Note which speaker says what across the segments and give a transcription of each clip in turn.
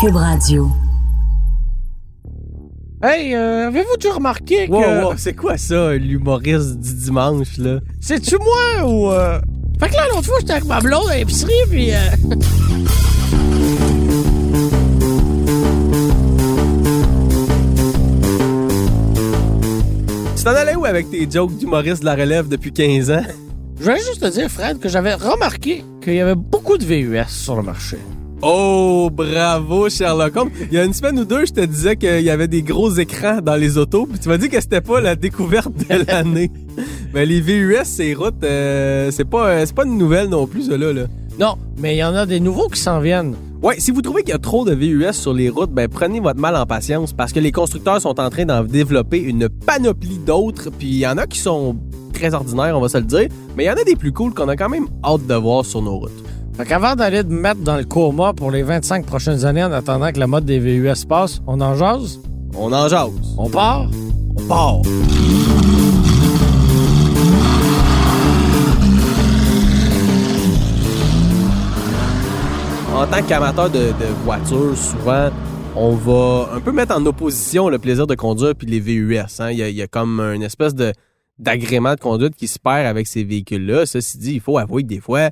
Speaker 1: Cube Radio.
Speaker 2: Hey, euh, avez-vous déjà remarqué que...
Speaker 3: Wow, wow, c'est quoi ça, l'humoriste du dimanche, là?
Speaker 2: C'est-tu moi ou... euh, Fait que là, l'autre fois, j'étais avec ma blonde à l'épicerie, puis... euh,
Speaker 3: Tu t'en allais où avec tes jokes d'humoriste de la relève depuis 15 ans?
Speaker 2: Je voulais juste te dire, Fred, que j'avais remarqué qu'il y avait beaucoup de VUS sur le marché.
Speaker 3: Oh, bravo, Sherlock Holmes. Il y a une semaine ou deux, je te disais qu'il y avait des gros écrans dans les autos, puis tu m'as dit que c'était pas la découverte de l'année. Mais les VUS, ces routes, euh, c'est pas, euh, c'est pas une nouvelle non plus, ça, là. là.
Speaker 2: Non, mais il y en a des nouveaux qui s'en viennent.
Speaker 3: Ouais, si vous trouvez qu'il y a trop de VUS sur les routes, ben prenez votre mal en patience parce que les constructeurs sont en train d'en développer une panoplie d'autres, puis il y en a qui sont très ordinaires, on va se le dire, mais il y en a des plus cool qu'on a quand même hâte de voir sur nos routes.
Speaker 2: Fait qu'avant d'aller te mettre dans le coma pour les 25 prochaines années en attendant que la mode des VUS passe, on en jase,
Speaker 3: On en jase.
Speaker 2: on part.
Speaker 3: On part. En tant qu'amateur de, de voitures, souvent, on va un peu mettre en opposition le plaisir de conduire puis les VUS. hein. Il, y a, il y a comme une espèce de d'agrément de conduite qui se perd avec ces véhicules-là. Ceci dit, il faut avouer que des fois,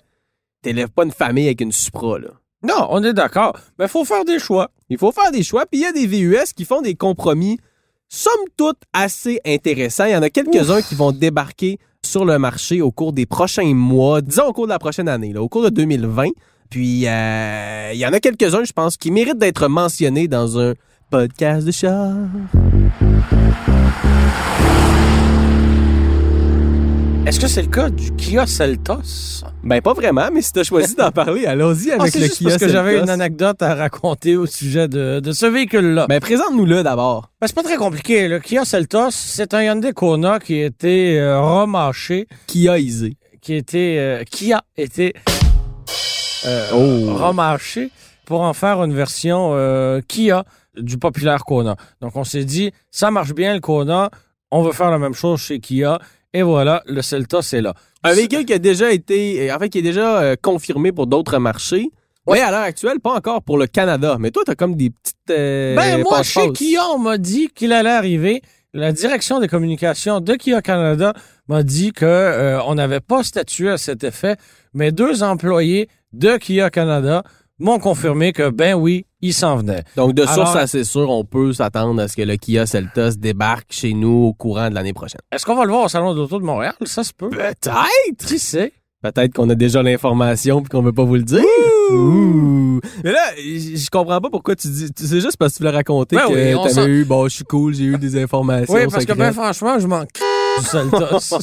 Speaker 3: t'élèves pas une famille avec une Supra. Là.
Speaker 2: Non, on est d'accord, mais faut faire des choix.
Speaker 3: Il faut faire des choix, puis il y a des VUS qui font des compromis, somme toute, assez intéressants. Il y en a quelques-uns qui vont débarquer sur le marché au cours des prochains mois, disons au cours de la prochaine année, là, au cours de 2020. Puis euh, il y en a quelques-uns, je pense, qui méritent d'être mentionnés dans un podcast de char.
Speaker 2: Est-ce que c'est le cas du Kia Seltos?
Speaker 3: Ben pas vraiment, mais si t'as choisi d'en parler, allons-y avec
Speaker 2: Ah, c'est
Speaker 3: le
Speaker 2: juste parce
Speaker 3: kiosque
Speaker 2: que j'avais une anecdote à raconter au sujet de, de ce véhicule-là.
Speaker 3: Ben présente-nous-le d'abord.
Speaker 2: Ben, c'est pas très compliqué. Le Kia Seltos, c'est un Hyundai Kona qui a été euh, remâché,
Speaker 3: Qui a isé.
Speaker 2: qui a été, euh, qui a été euh,
Speaker 3: Oh.
Speaker 2: remâché pour en faire une version euh, Kia du populaire Kona. Donc on s'est dit, ça marche bien le Kona, on veut faire la même chose chez Kia. Et voilà, le Seltos est là.
Speaker 3: Un véhicule qui a déjà été, euh, en fait, qui est déjà euh, confirmé pour d'autres marchés. Mais à l'heure actuelle, pas encore pour le Canada. Mais toi, t'as comme des petites. euh,
Speaker 2: Ben, moi, chez
Speaker 3: passe-passe.
Speaker 2: Kia, on m'a dit qu'il allait arriver. La direction des communications de Kia Canada m'a dit que euh, on n'avait pas statué à cet effet, mais deux employés de Kia Canada m'ont confirmé que, ben oui, il s'en venait.
Speaker 3: Donc, de
Speaker 2: Alors-
Speaker 3: source assez sûre, on peut s'attendre à ce que le Kia Celtos débarque chez nous au courant de l'année prochaine.
Speaker 2: Est-ce qu'on va le voir au Salon d'auto de Montréal? Ça se peut.
Speaker 3: Peut-être!
Speaker 2: Qui sait?
Speaker 3: Peut-être qu'on a déjà l'information puis qu'on veut pas vous le dire. Ouh. Mais là, j- je comprends pas pourquoi tu dis. tu- C'est juste parce que tu l'as raconté
Speaker 2: Ben
Speaker 3: que
Speaker 2: oui, on s'en-
Speaker 3: t'avais eu. Bon, je suis cool, j'ai eu des informations.
Speaker 2: Oui, parce que,
Speaker 3: secrètes.
Speaker 2: ben franchement, je manque du Seltos.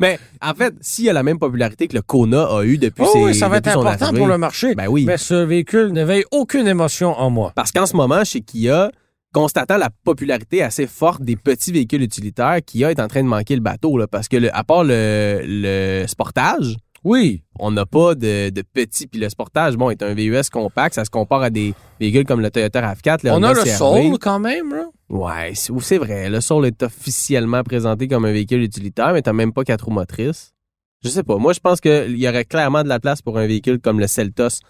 Speaker 3: Mais en fait, s'il y a la même popularité que le Kona a eu depuis
Speaker 2: Oh
Speaker 3: ses-
Speaker 2: oui, ça va être
Speaker 3: depuis son
Speaker 2: important
Speaker 3: arrivée,
Speaker 2: pour le marché.
Speaker 3: Ben oui.
Speaker 2: Mais ce véhicule n'éveille aucune émotion en moi.
Speaker 3: Parce qu'en ce moment, chez Kia, constatant la popularité assez forte des petits véhicules utilitaires, Kia est en train de manquer le bateau. Là, parce que, le- à part le, le sportage,
Speaker 2: Oui.
Speaker 3: on n'a pas de, de petits. Puis le sportage, bon, est un VUS compact. Ça se compare à des véhicules comme le Toyota RAV4.
Speaker 2: On a le
Speaker 3: CR-V.
Speaker 2: Soul quand même, là.
Speaker 3: Euh, Ouais, c'est ou c'est vrai. Le Soul est officiellement présenté comme un véhicule utilitaire, mais t'as même pas quatre roues motrices. Je sais pas. Moi, je pense qu'il y aurait clairement de la place pour un véhicule comme le Celtos.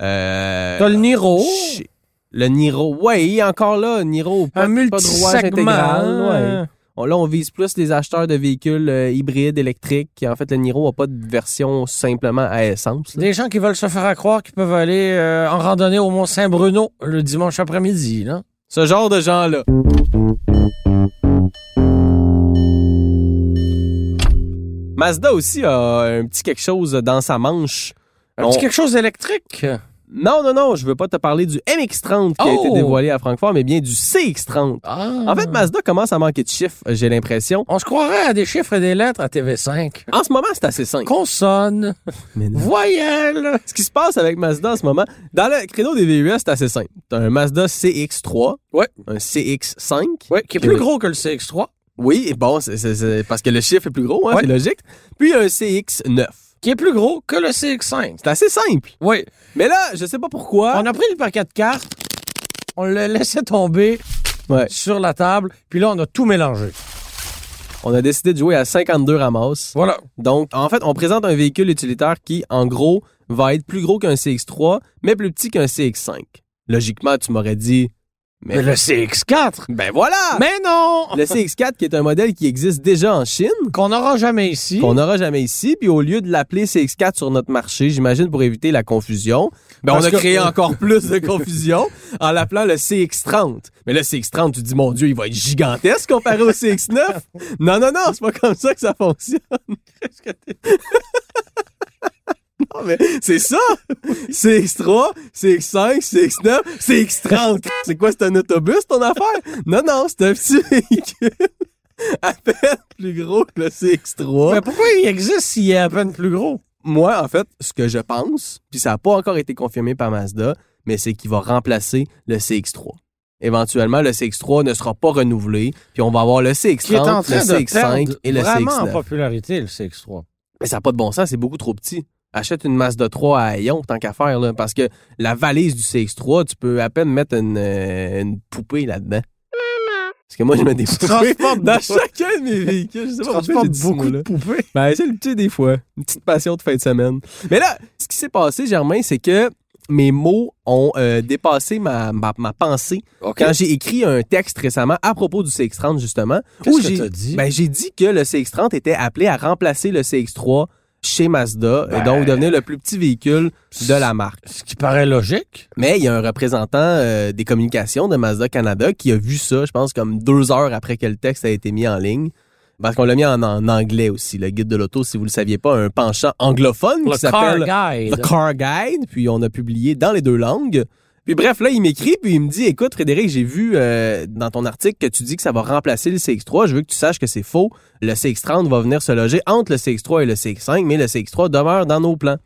Speaker 3: Euh,
Speaker 2: T'as le Niro.
Speaker 3: Chi- Le Niro. Ouais, encore là, Niro. Pas,
Speaker 2: Un
Speaker 3: pas de rouage
Speaker 2: multisegment.
Speaker 3: intégral.
Speaker 2: hein.
Speaker 3: ouais. On- Là, on vise plus les acheteurs de véhicules euh, hybrides, électriques. En fait, le Niro n'a pas de version simplement à essence. là.
Speaker 2: Des gens qui veulent se faire à croire qu'ils peuvent aller euh, en randonnée au Mont Saint-Bruno le dimanche après-midi, là.
Speaker 3: Ce genre de gens-là. Mazda aussi a un petit quelque chose dans sa manche.
Speaker 2: Un
Speaker 3: On-
Speaker 2: petit quelque chose d'électrique.
Speaker 3: Non, non, non, je veux pas te parler du MX-30 qui a été
Speaker 2: Oh! Hmm.
Speaker 3: dévoilé à Francfort, mais bien du CX-30. En fait, Mazda commence à manquer de chiffres, j'ai l'impression.
Speaker 2: Ah. on se croirait à des chiffres et des lettres à TV5.
Speaker 3: En ce moment, c'est assez simple.
Speaker 2: Consonne,
Speaker 3: Mais non.
Speaker 2: voyelle.
Speaker 3: Ce qui se passe avec Mazda en ce moment, dans le créneau des VUS, c'est assez simple. T'as un Mazda CX-3,
Speaker 2: Ouais.
Speaker 3: un CX-5.
Speaker 2: Oui, qui est
Speaker 3: Oui.
Speaker 2: plus gros que le CX3,
Speaker 3: Oui, et bon, c'est- c'est c'est parce que le chiffre est plus gros, hein,
Speaker 2: Ouais.
Speaker 3: c'est logique. Puis un CX-9.
Speaker 2: qui est plus gros que le CX5.
Speaker 3: C'est assez simple.
Speaker 2: Oui,
Speaker 3: Mais là, je sais pas pourquoi.
Speaker 2: on a pris le paquet de cartes, on l'a laissé tomber
Speaker 3: Ouais.
Speaker 2: sur la table, puis là, on a tout mélangé.
Speaker 3: On a décidé de jouer à 52 ramasses.
Speaker 2: Voilà.
Speaker 3: Donc, en fait, on présente un véhicule utilitaire qui, en gros, va être plus gros qu'un CX3, mais plus petit qu'un CX5. logiquement, tu m'aurais dit, mais,
Speaker 2: Mais le CX4!
Speaker 3: ben voilà!
Speaker 2: Mais non!
Speaker 3: Le CX4 qui est un modèle qui existe déjà en Chine,
Speaker 2: Qu'on n'aura jamais ici.
Speaker 3: qu'on n'aura jamais ici, puis au lieu de l'appeler CX4 sur notre marché, j'imagine pour éviter la confusion, ben
Speaker 2: Parce
Speaker 3: on a
Speaker 2: que-
Speaker 3: créé encore plus de confusion en l'appelant le CX30. Mais le CX30, tu te dis, mon Dieu, il va être gigantesque comparé au CX9. Non, non, non, c'est pas comme ça que ça fonctionne. non, mais c'est ça! CX3, CX5, CX9, CX30. C'est quoi, c'est un autobus ton affaire? Non, non, c'est un petit véhicule à peine plus gros que le CX3.
Speaker 2: Mais pourquoi il existe s'il est à peine plus gros?
Speaker 3: Moi, en fait, ce que je pense, puis ça n'a pas encore été confirmé par Mazda, mais c'est qu'il va remplacer le CX3. Éventuellement, le CX3 ne sera pas renouvelé, puis on va avoir le
Speaker 2: Qui est en
Speaker 3: CX30, le
Speaker 2: train de
Speaker 3: CX5
Speaker 2: perdre
Speaker 3: et le
Speaker 2: vraiment en
Speaker 3: CX9.
Speaker 2: popularité, le CX3.
Speaker 3: Mais ça n'a pas de bon sens, c'est beaucoup trop petit. Achète une Mazda 3 à Ayon, tant qu'à faire, là, parce que la valise du CX3, tu peux à peine mettre une, euh, une poupée là-dedans. Parce que moi, je mets des poupées
Speaker 2: Transporte
Speaker 3: dans
Speaker 2: beaucoup-
Speaker 3: chacun de mes véhicules. Je sais pas pourquoi
Speaker 2: transporte
Speaker 3: j'ai dit ce
Speaker 2: beaucoup
Speaker 3: mot-là.
Speaker 2: de poupées.
Speaker 3: Ben, c'est le petit des fois. Une petite passion de fin de semaine. Mais là, ce qui s'est passé, Germain, c'est que mes mots ont euh, dépassé ma, ma, ma pensée. Quand j'ai écrit un texte récemment à propos du CX-30, justement,
Speaker 2: Qu'est-ce
Speaker 3: où
Speaker 2: que
Speaker 3: j'ai-
Speaker 2: t'as dit?
Speaker 3: ben, j'ai dit que le CX-30 était appelé à remplacer le CX-3 chez Mazda, et
Speaker 2: Ben.
Speaker 3: donc devenir le plus petit véhicule de la marque.
Speaker 2: Ce qui paraît logique.
Speaker 3: Mais il y a un représentant euh, des communications de Mazda Canada qui a vu ça, je pense, comme deux heures après que le texte a été mis en ligne. Parce qu'on l'a mis en, en anglais aussi, le guide de l'auto, si vous ne le saviez pas, un penchant anglophone qui
Speaker 2: Le car
Speaker 3: s'appelle
Speaker 2: guide.
Speaker 3: The Car Guide. Puis on a publié dans les deux langues. Puis bref, là, il m'écrit, puis il me dit, écoute, Frédéric, j'ai vu euh, dans ton article que tu dis que ça va remplacer le CX3. Je veux que tu saches que c'est faux. Le CX30 va venir se loger entre le CX3 et le CX5, mais le CX3 demeure dans nos plans.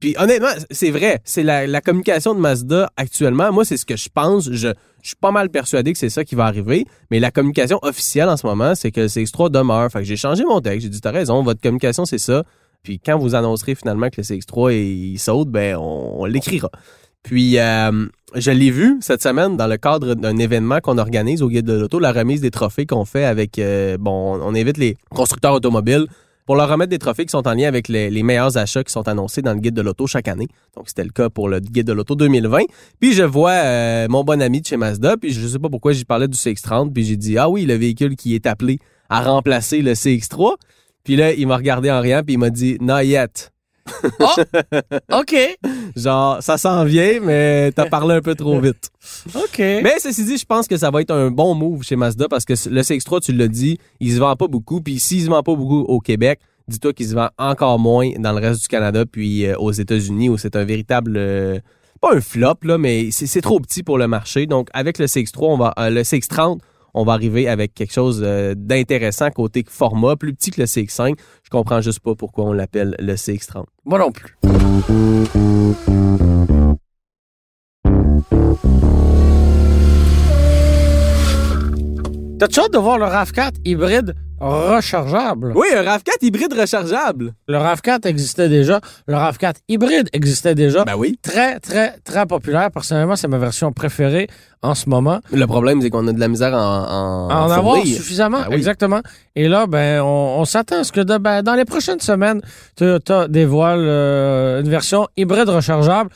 Speaker 3: Puis honnêtement, c'est vrai, c'est la, la communication de Mazda actuellement. Moi, c'est ce que je pense. Je, je suis pas mal persuadé que c'est ça qui va arriver. Mais la communication officielle en ce moment, c'est que le CX3 demeure. Fait que j'ai changé mon texte. J'ai dit, t'as raison, votre communication, c'est ça. Puis quand vous annoncerez finalement que le CX3 il, il saute, ben on, on l'écrira. Puis euh, je l'ai vu cette semaine dans le cadre d'un événement qu'on organise au Guide de l'Auto, la remise des trophées qu'on fait avec euh, bon, on invite les constructeurs automobiles pour leur remettre des trophées qui sont en lien avec les, les meilleurs achats qui sont annoncés dans le Guide de l'Auto chaque année. Donc c'était le cas pour le Guide de l'Auto 2020. Puis je vois euh, mon bon ami de chez Mazda, puis je sais pas pourquoi j'y parlais du CX30, puis j'ai dit ah oui le véhicule qui est appelé à remplacer le CX3. Puis là, il m'a regardé en riant, puis il m'a dit Not yet.
Speaker 2: OK.
Speaker 3: Genre, ça s'en vient, mais t'as parlé un peu trop vite.
Speaker 2: OK.
Speaker 3: mais ceci dit, je pense que ça va être un bon move chez Mazda parce que le CX3, tu l'as dit, il se vend pas beaucoup. Puis s'il se vend pas beaucoup au Québec, dis-toi qu'il se vend encore moins dans le reste du Canada, puis euh, aux États-Unis, où c'est un véritable. euh, pas un flop, là, mais c'est c'est trop petit pour le marché. Donc, avec le CX3, on va, euh, le CX30, on va arriver avec quelque chose euh, d'intéressant côté format, plus petit que le CX5. Je comprends juste pas pourquoi on l'appelle le CX30.
Speaker 2: Moi non plus. T'as-tu hâte de voir le RAV4 hybride rechargeable?
Speaker 3: Oui, un RAV4 hybride rechargeable.
Speaker 2: Le RAV4 existait déjà. Le RAV4 hybride existait déjà.
Speaker 3: Ben oui.
Speaker 2: Très, très, très populaire. Personnellement, c'est ma version préférée en ce moment.
Speaker 3: Le problème, c'est qu'on a de la misère en, en,
Speaker 2: À en
Speaker 3: fournir.
Speaker 2: avoir suffisamment,
Speaker 3: Ah oui.
Speaker 2: exactement. Et là, ben, on, on s'attend à ce que de- ben, dans les prochaines semaines, Toyota dévoile euh, une version hybride rechargeable.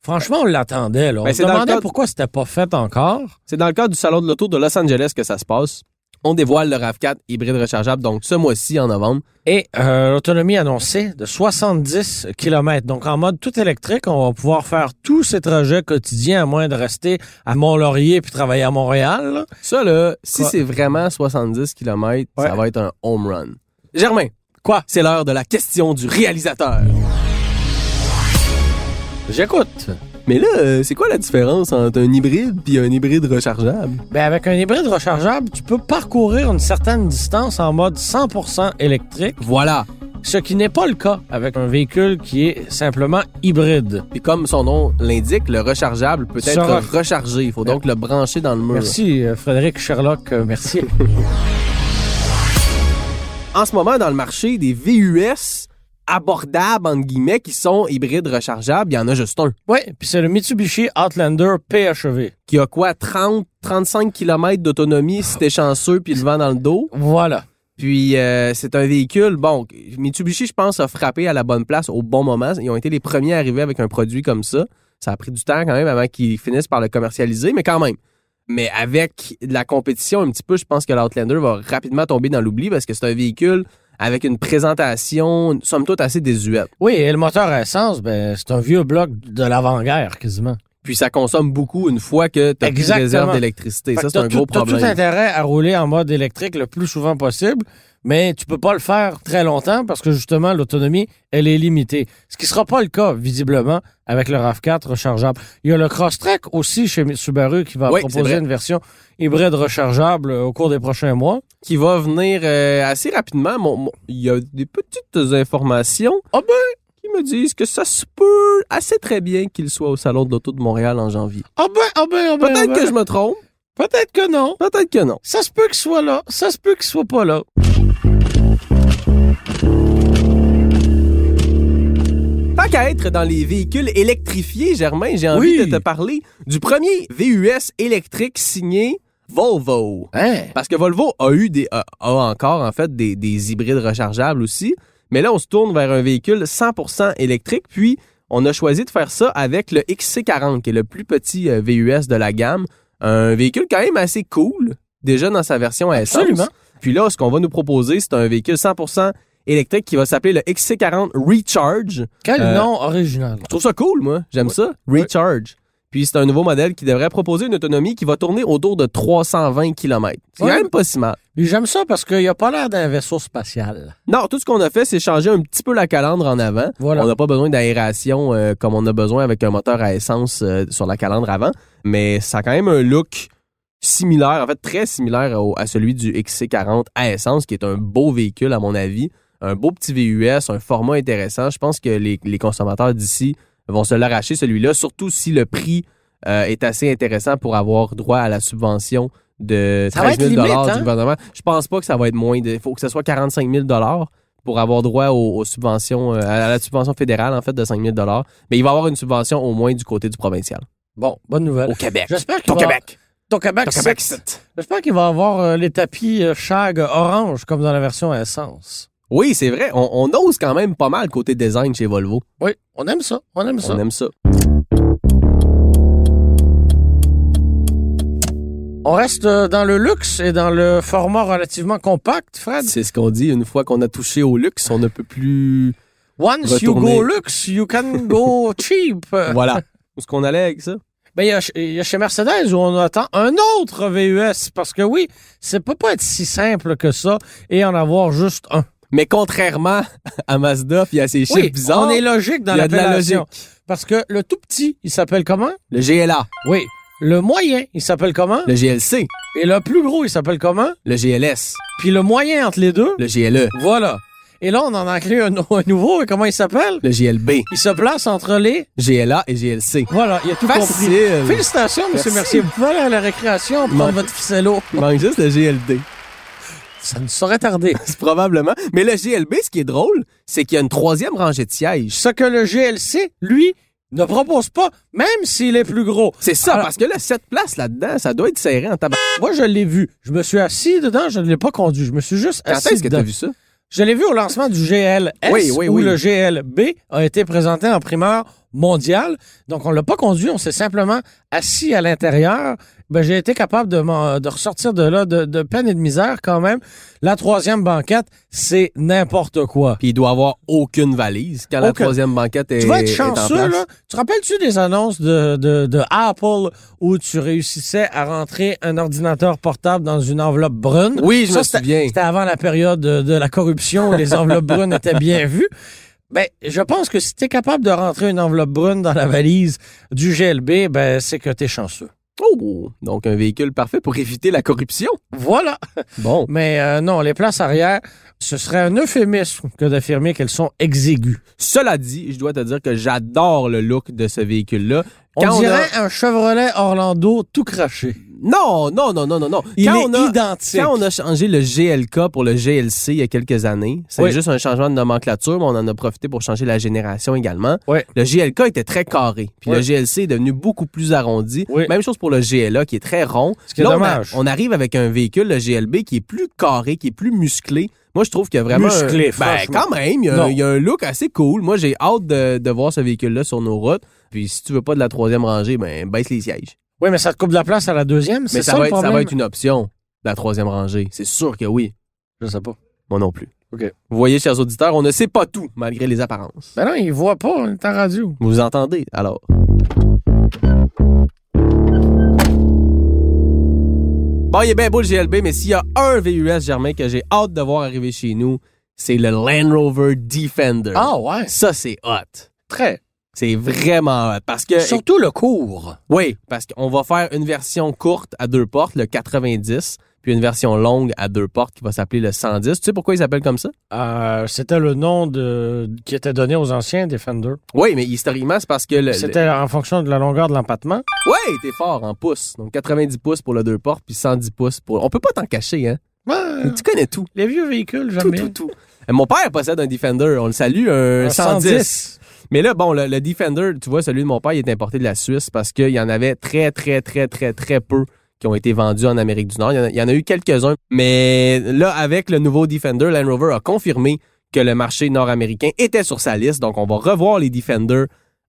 Speaker 2: Franchement, on l'attendait. Là. On
Speaker 3: Ben,
Speaker 2: se
Speaker 3: c'est dans le
Speaker 2: demandait
Speaker 3: cadre-
Speaker 2: pourquoi c'était pas fait encore.
Speaker 3: C'est dans le cadre du Salon de l'Auto de Los Angeles que ça se passe. On dévoile le RAV4 hybride rechargeable, donc ce mois-ci, en novembre.
Speaker 2: Et euh, l'autonomie annoncée de 70 km. Donc, en mode tout électrique, on va pouvoir faire tous ces trajets quotidiens, à moins de rester à Mont-Laurier puis travailler à Montréal. là.
Speaker 3: Ça, là, si
Speaker 2: Quoi?
Speaker 3: c'est vraiment 70 km, ça
Speaker 2: Ouais.
Speaker 3: va être un home run. Germain,
Speaker 2: Quoi?
Speaker 3: c'est l'heure de la question du réalisateur.
Speaker 2: J'écoute.
Speaker 3: Mais là, euh, c'est quoi la différence entre un hybride puis un hybride rechargeable?
Speaker 2: Ben avec un hybride rechargeable, tu peux parcourir une certaine distance en mode 100% électrique,
Speaker 3: Voilà.
Speaker 2: ce qui n'est pas le cas avec un véhicule qui est simplement hybride.
Speaker 3: Puis comme son nom l'indique, le rechargeable peut être
Speaker 2: Sera-
Speaker 3: rechargé. Il faut donc le brancher dans le mur.
Speaker 2: Merci euh, Frédéric Sherlock, euh, merci.
Speaker 3: en ce moment dans le marché des VUS abordables entre guillemets qui sont hybrides rechargeables, il y en a juste un
Speaker 2: oui, puis c'est le Mitsubishi Outlander E PHEV.
Speaker 3: qui a quoi 30 35 km d'autonomie si t'es chanceux puis le vent dans le dos.
Speaker 2: Voilà.
Speaker 3: Puis euh, c'est un véhicule bon, Mitsubishi je pense a frappé à la bonne place au bon moment, ils ont été les premiers à arriver avec un produit comme ça. Ça a pris du temps quand même avant qu'ils finissent par le commercialiser, mais quand même. Mais avec de la compétition un petit peu, je pense que l'Outlander va rapidement tomber dans l'oubli parce que c'est un véhicule avec une présentation, somme toute, assez désuète.
Speaker 2: Oui, et le moteur à essence, ben, c'est un vieux bloc de l'avant-guerre, quasiment.
Speaker 3: Puis ça consomme beaucoup une fois que tu as plus de
Speaker 2: Exactement.
Speaker 3: réserve d'électricité.
Speaker 2: Fait
Speaker 3: Ça,
Speaker 2: que
Speaker 3: c'est
Speaker 2: t'as
Speaker 3: un
Speaker 2: tout-
Speaker 3: gros
Speaker 2: t'as
Speaker 3: problème.
Speaker 2: tout intérêt à rouler en mode électrique le plus souvent possible, mais tu peux pas le faire très longtemps parce que justement, l'autonomie, elle est limitée. Ce qui sera pas le cas, visiblement, avec le RAV4 rechargeable. Il y a le Crosstrek aussi chez Subaru qui va
Speaker 3: Oui, c'est
Speaker 2: proposer
Speaker 3: vrai.
Speaker 2: une version hybride rechargeable euh, au cours des prochains mois.
Speaker 3: Qui va venir euh, assez rapidement. Mon- mon- Il y a des petites informations
Speaker 2: Ah ben!
Speaker 3: qui me disent que ça se peut assez très bien qu'il soit au Salon de l'Auto de Montréal en janvier.
Speaker 2: Ah ben, ah ben, ah ben, ah ben.
Speaker 3: Peut-être que je me trompe,
Speaker 2: Peut-être que non.
Speaker 3: peut-être que non.
Speaker 2: Ça se peut qu'il soit là, ça se peut qu'il soit pas là.
Speaker 3: Tant qu'à être dans les véhicules électrifiés, Germain, j'ai envie
Speaker 2: Oui.
Speaker 3: de te parler du premier VUS électrique signé Volvo.
Speaker 2: Hein?
Speaker 3: Parce que Volvo a eu des a, a encore en fait des, des hybrides rechargeables aussi, mais là on se tourne vers un véhicule 100% électrique puis on a choisi de faire ça avec le XC40 qui est le plus petit euh, VUS de la gamme, un véhicule quand même assez cool déjà dans sa version à essence.
Speaker 2: Absolument.
Speaker 3: Puis là ce qu'on va nous proposer, c'est un véhicule 100% électrique qui va s'appeler le XC40 Recharge.
Speaker 2: Quel
Speaker 3: Euh,
Speaker 2: nom original.
Speaker 3: Je trouve ça cool, moi. J'aime ça.
Speaker 2: Ouais.
Speaker 3: Recharge. Puis c'est un nouveau modèle qui devrait proposer une autonomie qui va tourner autour de 320 km. C'est
Speaker 2: Ouais.
Speaker 3: quand même pas si mal.
Speaker 2: Puis J'aime ça parce qu'il a pas l'air d'un vaisseau spatial.
Speaker 3: Non, tout ce qu'on a fait, c'est changer un petit peu la calandre en avant.
Speaker 2: Voilà.
Speaker 3: On n'a pas besoin d'aération euh, comme on a besoin avec un moteur à essence euh, sur la calandre avant, mais ça a quand même un look similaire, en fait très similaire au- à celui du XC40 à essence, qui est un beau véhicule à mon avis, un beau petit VUS, un format intéressant. Je pense que les, les consommateurs d'ici vont se l'arracher celui-là, surtout si le prix euh, est assez intéressant pour avoir droit à la subvention de
Speaker 2: Ça va
Speaker 3: 13
Speaker 2: être
Speaker 3: 000
Speaker 2: limite, hein?
Speaker 3: du gouvernement. Je pense pas que ça va être moins. Il faut que ce soit 45 000 pour avoir droit aux, aux subventions, euh, à la subvention fédérale, en fait, de 5 000 Mais il va y avoir une subvention au moins du côté du provincial.
Speaker 2: Bon, bonne nouvelle.
Speaker 3: Au Québec.
Speaker 2: J'espère qu'il
Speaker 3: Ton
Speaker 2: va...
Speaker 3: Québec.
Speaker 2: Ton Québec,
Speaker 3: Ton
Speaker 2: c'est-
Speaker 3: Québec. c'est-
Speaker 2: J'espère qu'il va avoir euh, les tapis euh, shag orange comme dans la version à essence.
Speaker 3: Oui, c'est vrai. On, on ose quand même pas mal côté design chez Volvo.
Speaker 2: Oui, on aime ça, on aime ça.
Speaker 3: On aime ça.
Speaker 2: On reste euh, dans le luxe et dans le format relativement compact, Fred.
Speaker 3: C'est ce qu'on dit. Une fois qu'on a touché au luxe, on ne peut plus.
Speaker 2: Once
Speaker 3: Retourner.
Speaker 2: you go luxe, you can go cheap. Ben,
Speaker 3: Voilà. Où est-ce qu'on allait avec ça?
Speaker 2: il y, a ch- il y a chez Mercedes où on attend un autre VUS parce que oui, ça peut pas être si simple que ça et en avoir juste un.
Speaker 3: Mais contrairement à Mazda puis à ses chiffres
Speaker 2: Oui,
Speaker 3: bizarres,
Speaker 2: on est logique dans
Speaker 3: il y a de la
Speaker 2: l'appellation.
Speaker 3: logique.
Speaker 2: Parce que le tout petit, il s'appelle comment?
Speaker 3: Le GLA,
Speaker 2: Oui. Le moyen, il s'appelle comment?
Speaker 3: le GLC,
Speaker 2: Et le plus gros, il s'appelle comment?
Speaker 3: le GLS,
Speaker 2: Puis le moyen entre les deux,
Speaker 3: le E, GLE,
Speaker 2: voilà. Et là, on en a créé un, un nouveau. Et comment il s'appelle?
Speaker 3: le GLB,
Speaker 2: Il se place entre les...
Speaker 3: GLA et GLC.
Speaker 2: Voilà, il a tout compris.
Speaker 3: Facile.
Speaker 2: Félicitations, M.
Speaker 3: Merci.
Speaker 2: Mercier. Vous pouvez aller à la récréation prendre
Speaker 3: Ouais.
Speaker 2: votre ficello.
Speaker 3: Il manque juste le GLD.
Speaker 2: Ça ne saurait tarder.
Speaker 3: C'est probablement. Mais le GLB, ce qui est drôle, c'est qu'il y a une troisième rangée de sièges.
Speaker 2: Ce que le GLC, lui, ne propose pas, même s'il est plus gros.
Speaker 3: C'est ça,
Speaker 2: Alors-
Speaker 3: parce que là, cette place là-dedans, ça doit être serré en tabac.
Speaker 2: Moi, je l'ai vu. Je me suis assis dedans. Je ne l'ai pas conduit. Je me suis juste
Speaker 3: Quand
Speaker 2: assis
Speaker 3: est-ce que
Speaker 2: dedans.
Speaker 3: t'as vu ça?
Speaker 2: Je l'ai vu au lancement du GLS
Speaker 3: Oui, oui,
Speaker 2: où
Speaker 3: oui.
Speaker 2: le GLB a été présenté en primeur mondiale. Donc, on l'a pas conduit, on s'est simplement assis à l'intérieur. Ben, j'ai été capable de, m'en- de ressortir de là de, de peine et de misère quand même. La troisième banquette, c'est n'importe quoi.
Speaker 3: Puis il doit avoir aucune valise quand la
Speaker 2: Aucune.
Speaker 3: troisième banquette est,
Speaker 2: Tu vas être
Speaker 3: est en
Speaker 2: chanceux,
Speaker 3: place.
Speaker 2: là. Tu te rappelles-tu des annonces de, de, de Apple où tu réussissais à rentrer un ordinateur portable dans une enveloppe brune?
Speaker 3: Oui, je
Speaker 2: Ça,
Speaker 3: me
Speaker 2: c'était-
Speaker 3: souviens.
Speaker 2: C'était avant la période de, de la corruption où les enveloppes brunes étaient bien vues. Ben, je pense que si tu es capable de rentrer une enveloppe brune dans la valise du GLB, ben, c'est que tu es chanceux.
Speaker 3: Oh! Donc, un véhicule parfait pour éviter la corruption.
Speaker 2: Voilà.
Speaker 3: Bon.
Speaker 2: Mais euh, non, les places arrière, ce serait un euphémisme que d'affirmer qu'elles sont exiguës.
Speaker 3: Cela dit, je dois te dire que j'adore le look de ce véhicule-là.
Speaker 2: On
Speaker 3: Quand
Speaker 2: dirait
Speaker 3: a-
Speaker 2: un Chevrolet Orlando tout craché.
Speaker 3: Non, non, non, non, non, non.
Speaker 2: Il
Speaker 3: quand
Speaker 2: est
Speaker 3: on a...
Speaker 2: identique.
Speaker 3: Quand on a changé le GLK pour le GLC il y a quelques années, c'est
Speaker 2: Oui.
Speaker 3: juste un changement de nomenclature, mais on en a profité pour changer la génération également.
Speaker 2: Oui.
Speaker 3: Le GLK était très carré, puis
Speaker 2: Oui.
Speaker 3: le GLC est devenu beaucoup plus arrondi.
Speaker 2: Oui.
Speaker 3: Même chose pour le GLA qui est très rond.
Speaker 2: Ce qui est
Speaker 3: Là, on a-
Speaker 2: dommage.
Speaker 3: On, arrive avec un véhicule, le GLB, qui est plus carré, qui est plus musclé. Moi, je trouve qu'il y a vraiment... un-
Speaker 2: Musclé,
Speaker 3: ben,
Speaker 2: franchement.
Speaker 3: quand même, il y, a,
Speaker 2: Non.
Speaker 3: il y a un look assez cool. Moi, j'ai hâte de, de voir ce véhicule-là sur nos routes. Puis si tu veux pas de la troisième rangée, ben baisse les sièges.
Speaker 2: Oui, mais ça te coupe de la place à la deuxième.
Speaker 3: Mais
Speaker 2: C'est
Speaker 3: ça,
Speaker 2: ça, le
Speaker 3: va être, ça
Speaker 2: problème.
Speaker 3: va être une option, la troisième rangée. C'est sûr que oui.
Speaker 2: Je sais pas.
Speaker 3: Moi non plus.
Speaker 2: OK.
Speaker 3: Vous voyez, chers auditeurs, on ne sait pas tout, malgré les apparences.
Speaker 2: Ben non, il voit pas, on est en radio.
Speaker 3: Vous entendez, alors. Bon, il est bien beau le GLB, mais s'il y a un VUS, Germain, que j'ai hâte de voir arriver chez nous, c'est le Land Rover Defender.
Speaker 2: Ah ouais,
Speaker 3: Ça, c'est hot.
Speaker 2: très.
Speaker 3: C'est vraiment hot. Parce que,
Speaker 2: Surtout le cours.
Speaker 3: oui, parce qu'on va faire une version courte à deux portes, le 90, puis une version longue à deux portes qui va s'appeler le 110. Tu sais pourquoi il s'appelle comme ça?
Speaker 2: Euh, c'était le nom de qui était donné aux anciens Defender.
Speaker 3: Oui, mais historiquement, c'est parce que le, le-
Speaker 2: C'était en fonction de la longueur de l'empattement.
Speaker 3: Ouais, t'es fort en pouces. Donc 90 pouces pour le deux portes, puis 110 pouces pour. On peut pas t'en cacher, hein.
Speaker 2: Ouais,
Speaker 3: Tu connais tout.
Speaker 2: les vieux véhicules,
Speaker 3: Tout,
Speaker 2: jamais.
Speaker 3: tout, tout. Euh, Mon père possède un Defender, on le salue, un, 110. Mais là, bon, le, le Defender, tu vois, celui de mon père, il est importé de la Suisse parce qu'il y en avait très, très, très, très, très peu qui ont été vendus en Amérique du Nord. Il y en a, il y en a eu quelques-uns. Mais là, avec le nouveau Defender, Land Rover a confirmé que le marché nord-américain était sur sa liste. Donc, on va revoir les Defender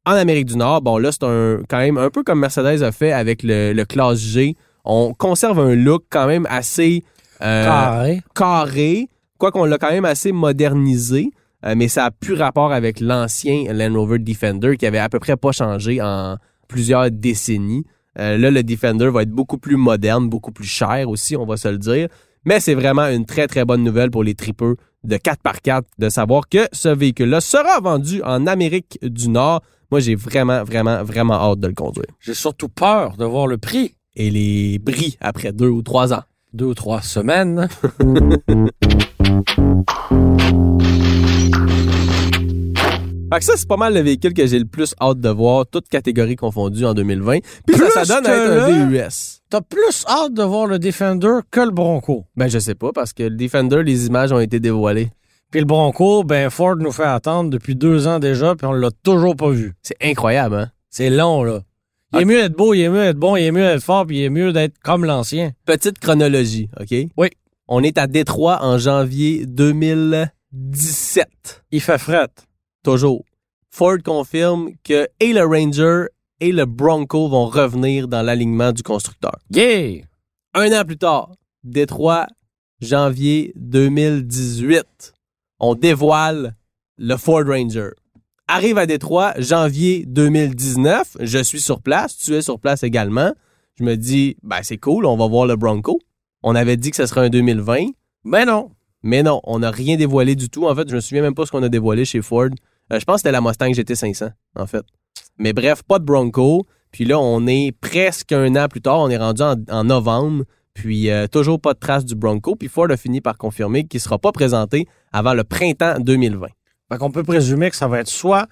Speaker 3: en Amérique du Nord. Bon, là, c'est un, quand même un peu comme Mercedes a fait avec le, le Classe G. On conserve un look quand même assez... euh,
Speaker 2: Carré.
Speaker 3: carré, quoi qu'on l'a quand même assez modernisé, euh, mais ça a plus rapport avec l'ancien Land Rover Defender qui avait à peu près pas changé en plusieurs décennies. Euh, là, le Defender va être beaucoup plus moderne, beaucoup plus cher aussi, on va se le dire. Mais c'est vraiment une très, très bonne nouvelle pour les tripeux de 4x4 de savoir que ce véhicule-là sera vendu en Amérique du Nord. Moi, j'ai vraiment, vraiment, vraiment hâte de le conduire.
Speaker 2: J'ai surtout peur de voir le prix.
Speaker 3: Et les bris après deux ou trois ans.
Speaker 2: Deux ou trois semaines.
Speaker 3: Fait que ça, c'est pas mal le véhicule que j'ai le plus hâte de voir, toutes catégories confondues en 2020. Puis
Speaker 2: Plus
Speaker 3: ça, ça donne à être
Speaker 2: que
Speaker 3: un
Speaker 2: là-
Speaker 3: VUS.
Speaker 2: T'as plus hâte de voir le Defender que le Bronco.
Speaker 3: Ben, je sais pas, parce que le Defender, les images ont été dévoilées.
Speaker 2: Puis le Bronco, ben Ford nous fait attendre depuis deux ans déjà, puis on l'a toujours pas vu.
Speaker 3: C'est incroyable, hein?
Speaker 2: C'est long, là. Il est
Speaker 3: Ah.
Speaker 2: mieux d'être beau, il est mieux d'être bon, il est mieux d'être fort, puis il est mieux d'être comme l'ancien.
Speaker 3: Petite chronologie, OK?
Speaker 2: Oui.
Speaker 3: On est à Détroit en janvier 2017.
Speaker 2: Il fait fret.
Speaker 3: Toujours. Ford confirme que et le Ranger et le Bronco vont revenir dans l'alignement du constructeur.
Speaker 2: Yeah!
Speaker 3: Un an plus tard, Détroit, janvier 2018, on dévoile le Ford Ranger. Arrive à Détroit, janvier 2019, je suis sur place, tu es sur place également. Je me dis, ben c'est cool, on va voir le Bronco. On avait dit que ce serait un 2020,
Speaker 2: Ben non.
Speaker 3: mais non, on n'a rien dévoilé du tout. En fait, je me souviens même pas ce qu'on a dévoilé chez Ford. Euh, je pense que c'était la Mustang GT500, en fait. Mais bref, pas de Bronco. Puis là, on est presque un an plus tard. On est rendu en, en novembre. Puis euh, toujours pas de trace du Bronco. Puis Ford a fini par confirmer qu'il sera pas présenté avant le printemps 2020.
Speaker 2: Fait qu'on peut présumer que ça va être soit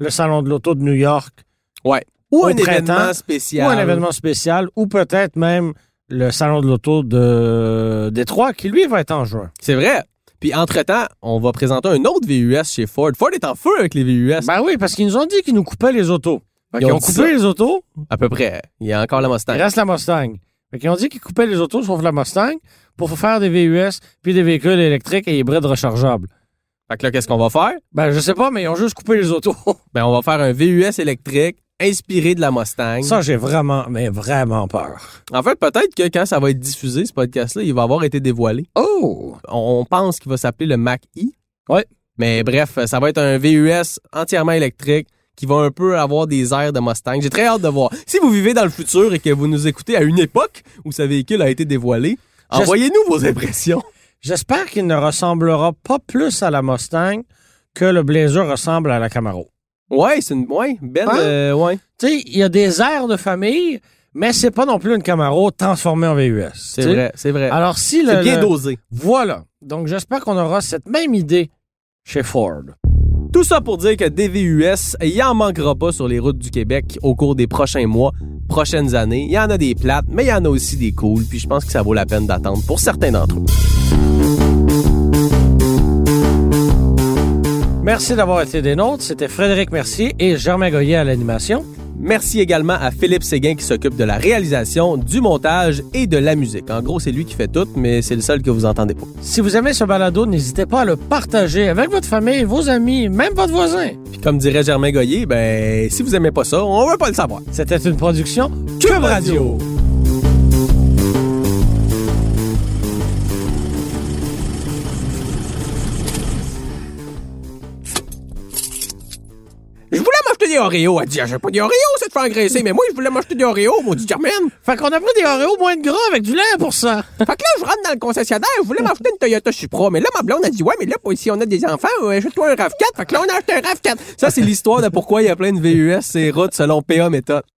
Speaker 2: le Salon de l'Auto de New York,
Speaker 3: Ou
Speaker 2: Au
Speaker 3: un
Speaker 2: printemps,
Speaker 3: événement
Speaker 2: ou
Speaker 3: spécial.
Speaker 2: un événement spécial, ou peut-être même le Salon de l'Auto de Détroit, qui lui va être en juin.
Speaker 3: C'est vrai. Puis entre-temps, on va présenter un autre VUS chez Ford. Ford est en feu avec les VUS,
Speaker 2: Ben oui, parce qu'ils nous ont dit qu'ils nous coupaient les autos. Fait
Speaker 3: Ils
Speaker 2: qu'ils
Speaker 3: ont
Speaker 2: ont
Speaker 3: dit
Speaker 2: coupé
Speaker 3: ça.
Speaker 2: les autos,
Speaker 3: à peu près. Il y a encore la Mustang.
Speaker 2: il Ben. reste la Mustang. Fait qu'ils ont dit qu'ils coupaient les autos sauf la Mustang pour faire des VUS, puis des véhicules électriques et hybrides rechargeables.
Speaker 3: Fait que là, qu'est-ce qu'on va faire?
Speaker 2: Ben je sais pas, mais ils ont juste coupé les autos.
Speaker 3: Ben, on va faire un VUS électrique inspiré de la Mustang.
Speaker 2: Ça, j'ai vraiment, mais vraiment peur.
Speaker 3: En fait, peut-être que quand ça va être diffusé, ce podcast-là, il va avoir été dévoilé.
Speaker 2: Oh!
Speaker 3: On on pense qu'il va s'appeler le Mac-E.
Speaker 2: Ouais.
Speaker 3: Mais bref, ça va être un VUS entièrement électrique qui va un peu avoir des airs de Mustang. J'ai très hâte de voir. Si vous vivez dans le futur et que vous nous écoutez à une époque où ce véhicule a été dévoilé,
Speaker 2: J'es-
Speaker 3: envoyez-nous vos impressions.
Speaker 2: J'espère qu'il ne ressemblera pas plus à la Mustang que le Blazer ressemble à la Camaro.
Speaker 3: Ouais, c'est une ouais, belle
Speaker 2: Hein?
Speaker 3: euh, ouais.
Speaker 2: Tu sais, il y a des airs de famille, mais c'est pas non plus une Camaro transformée en VUS.
Speaker 3: C'est
Speaker 2: tu sais.
Speaker 3: vrai, c'est vrai.
Speaker 2: Alors si le,
Speaker 3: C'est
Speaker 2: le-
Speaker 3: bien dosé.
Speaker 2: voilà. Donc j'espère qu'on aura cette même idée chez Ford.
Speaker 3: Tout ça pour dire que DVUS, il en manquera pas sur les routes du Québec au cours des prochains mois, prochaines années. Il y en a des plates, mais il y en a aussi des cools, puis je pense que ça vaut la peine d'attendre pour certains d'entre eux.
Speaker 2: Merci d'avoir été des nôtres. C'était Frédéric Mercier et Germain Goyer à l'animation.
Speaker 3: Merci également à Philippe Séguin qui s'occupe de la réalisation, du montage et de la musique. En gros, c'est lui qui fait tout, mais c'est le seul que vous entendez pas.
Speaker 2: Si vous aimez ce balado, n'hésitez pas à le partager avec votre famille, vos amis, même votre voisin.
Speaker 3: Puis comme dirait Germain Goyer, ben si vous aimez pas ça, on veut pas le savoir.
Speaker 2: C'était une production Cube Radio.
Speaker 3: Je voulais m'acheter des Oreos. Elle dit, Ah, j'ai pas des Oreos, ça te fait engraisser. Mais moi, je voulais m'acheter des Oreos, maudit Germaine.
Speaker 2: Fait qu'on a pris des Oreos moins de gras avec du lait pour ça.
Speaker 3: Fait que là, je rentre dans le concessionnaire, je voulais m'acheter une Toyota Supra. Mais là, ma blonde a dit, ouais, mais là, si on a des enfants, euh, achète-toi un RAV4. Fait que là, on a acheté un RAV4. Ça, c'est l'histoire de pourquoi il y a plein de VUS et routes selon PA méthode.